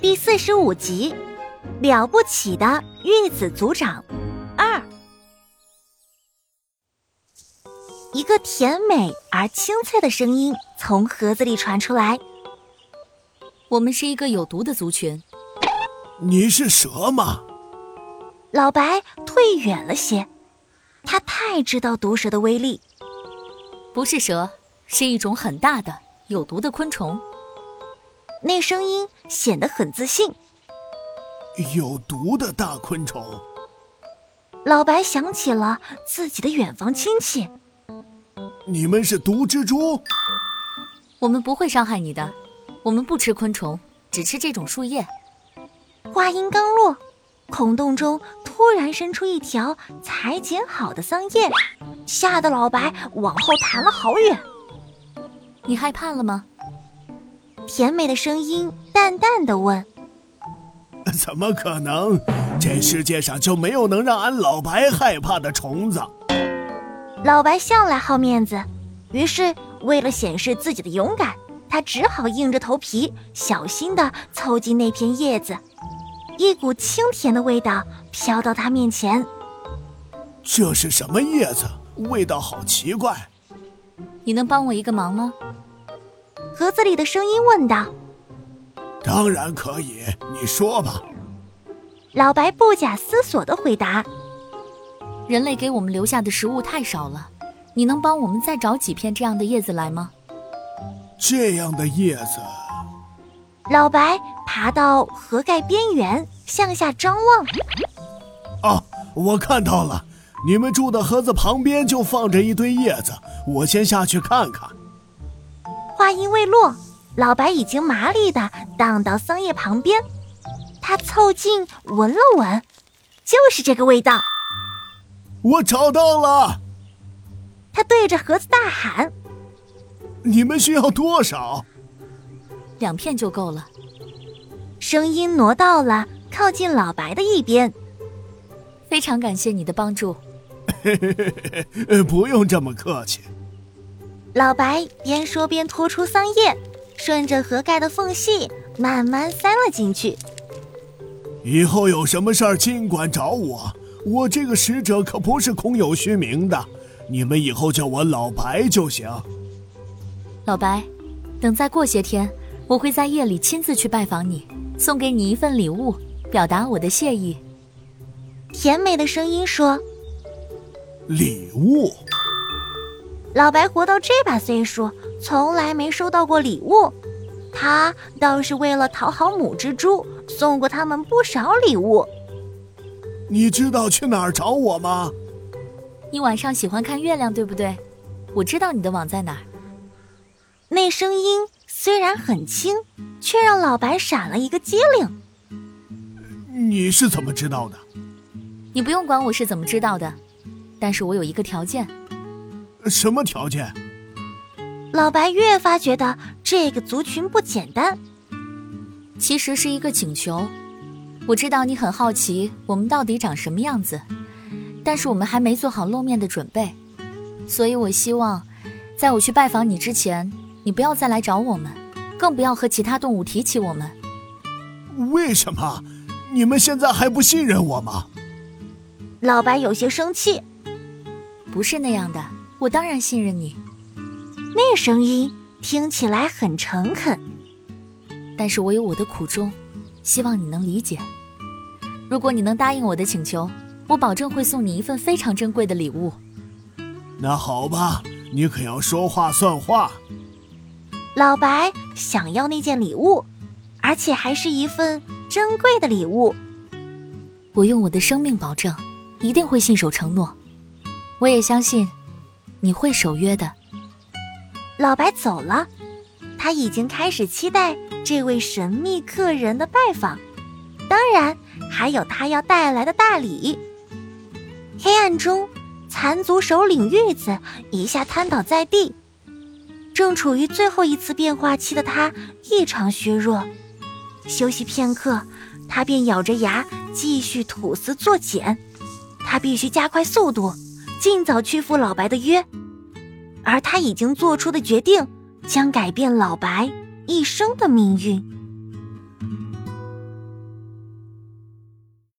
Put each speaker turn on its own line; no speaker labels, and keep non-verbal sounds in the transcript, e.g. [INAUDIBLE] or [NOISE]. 第四十五集《了不起的玉子族长二》。一个甜美而清脆的声音从盒子里传出来。
我们是一个有毒的族群。
你是蛇吗？
老白退远了些，他太知道毒蛇的威力。
不是蛇，是一种很大的有毒的昆虫。
那声音显得很自信。
有毒的大昆虫。
老白想起了自己的远房亲戚。
你们是毒蜘蛛？ [LAUGHS]
我们不会伤害你的，我们不吃昆虫，只吃这种树叶。
话音刚落，孔洞中突然伸出一条裁剪好的桑叶，吓得老白往后弹了好远。
你害怕了吗？
甜美的声音淡淡的问：“
怎么可能？这世界上就没有能让俺老白害怕的虫子。”
老白向来好面子，于是为了显示自己的勇敢，他只好硬着头皮，小心的凑近那片叶子。一股清甜的味道飘到他面前。
这是什么叶子？味道好奇怪。
你能帮我一个忙吗？
盒子里的声音问道：“
当然可以，你说吧。”
老白不假思索的回答：“
人类给我们留下的食物太少了，你能帮我们再找几片这样的叶子来吗？”
这样的叶子，
老白爬到盒盖边缘，向下张望。
哦，我看到了，你们住的盒子旁边就放着一堆叶子，我先下去看看。
话音未落，老白已经麻利的荡到桑叶旁边，他凑近闻了闻，就是这个味道。
我找到了！
他对着盒子大喊：“
你们需要多少？”
两片就够了。
声音挪到了靠近老白的一边。
非常感谢你的帮助。
呃不用这么客气。
老白边说边拖出桑叶，顺着盒盖的缝隙慢慢塞了进去。
以后有什么事儿尽管找我，我这个使者可不是空有虚名的。你们以后叫我老白就行。
老白，等再过些天，我会在夜里亲自去拜访你，送给你一份礼物，表达我的谢意。
甜美的声音说：“
礼物。”
老白活到这把岁数，从来没收到过礼物。他倒是为了讨好母蜘蛛，送过他们不少礼物。
你知道去哪儿找我吗？
你晚上喜欢看月亮，对不对？我知道你的网在哪儿。
那声音虽然很轻，却让老白闪了一个机灵。
你是怎么知道的？
你不用管我是怎么知道的，但是我有一个条件。
什么条件？
老白越发觉得这个族群不简单。
其实是一个请求。我知道你很好奇我们到底长什么样子，但是我们还没做好露面的准备，所以我希望，在我去拜访你之前，你不要再来找我们，更不要和其他动物提起我们。
为什么？你们现在还不信任我吗？
老白有些生气。
不是那样的。我当然信任你，
那声音听起来很诚恳，
但是我有我的苦衷，希望你能理解。如果你能答应我的请求，我保证会送你一份非常珍贵的礼物。
那好吧，你可要说话算话。
老白想要那件礼物，而且还是一份珍贵的礼物。
我用我的生命保证，一定会信守承诺。我也相信。你会守约的。
老白走了，他已经开始期待这位神秘客人的拜访，当然还有他要带来的大礼。黑暗中，残族首领玉子一下瘫倒在地，正处于最后一次变化期的他异常虚弱。休息片刻，他便咬着牙继续吐丝作茧。他必须加快速度。尽早屈服老白的约，而他已经做出的决定将改变老白一生的命运。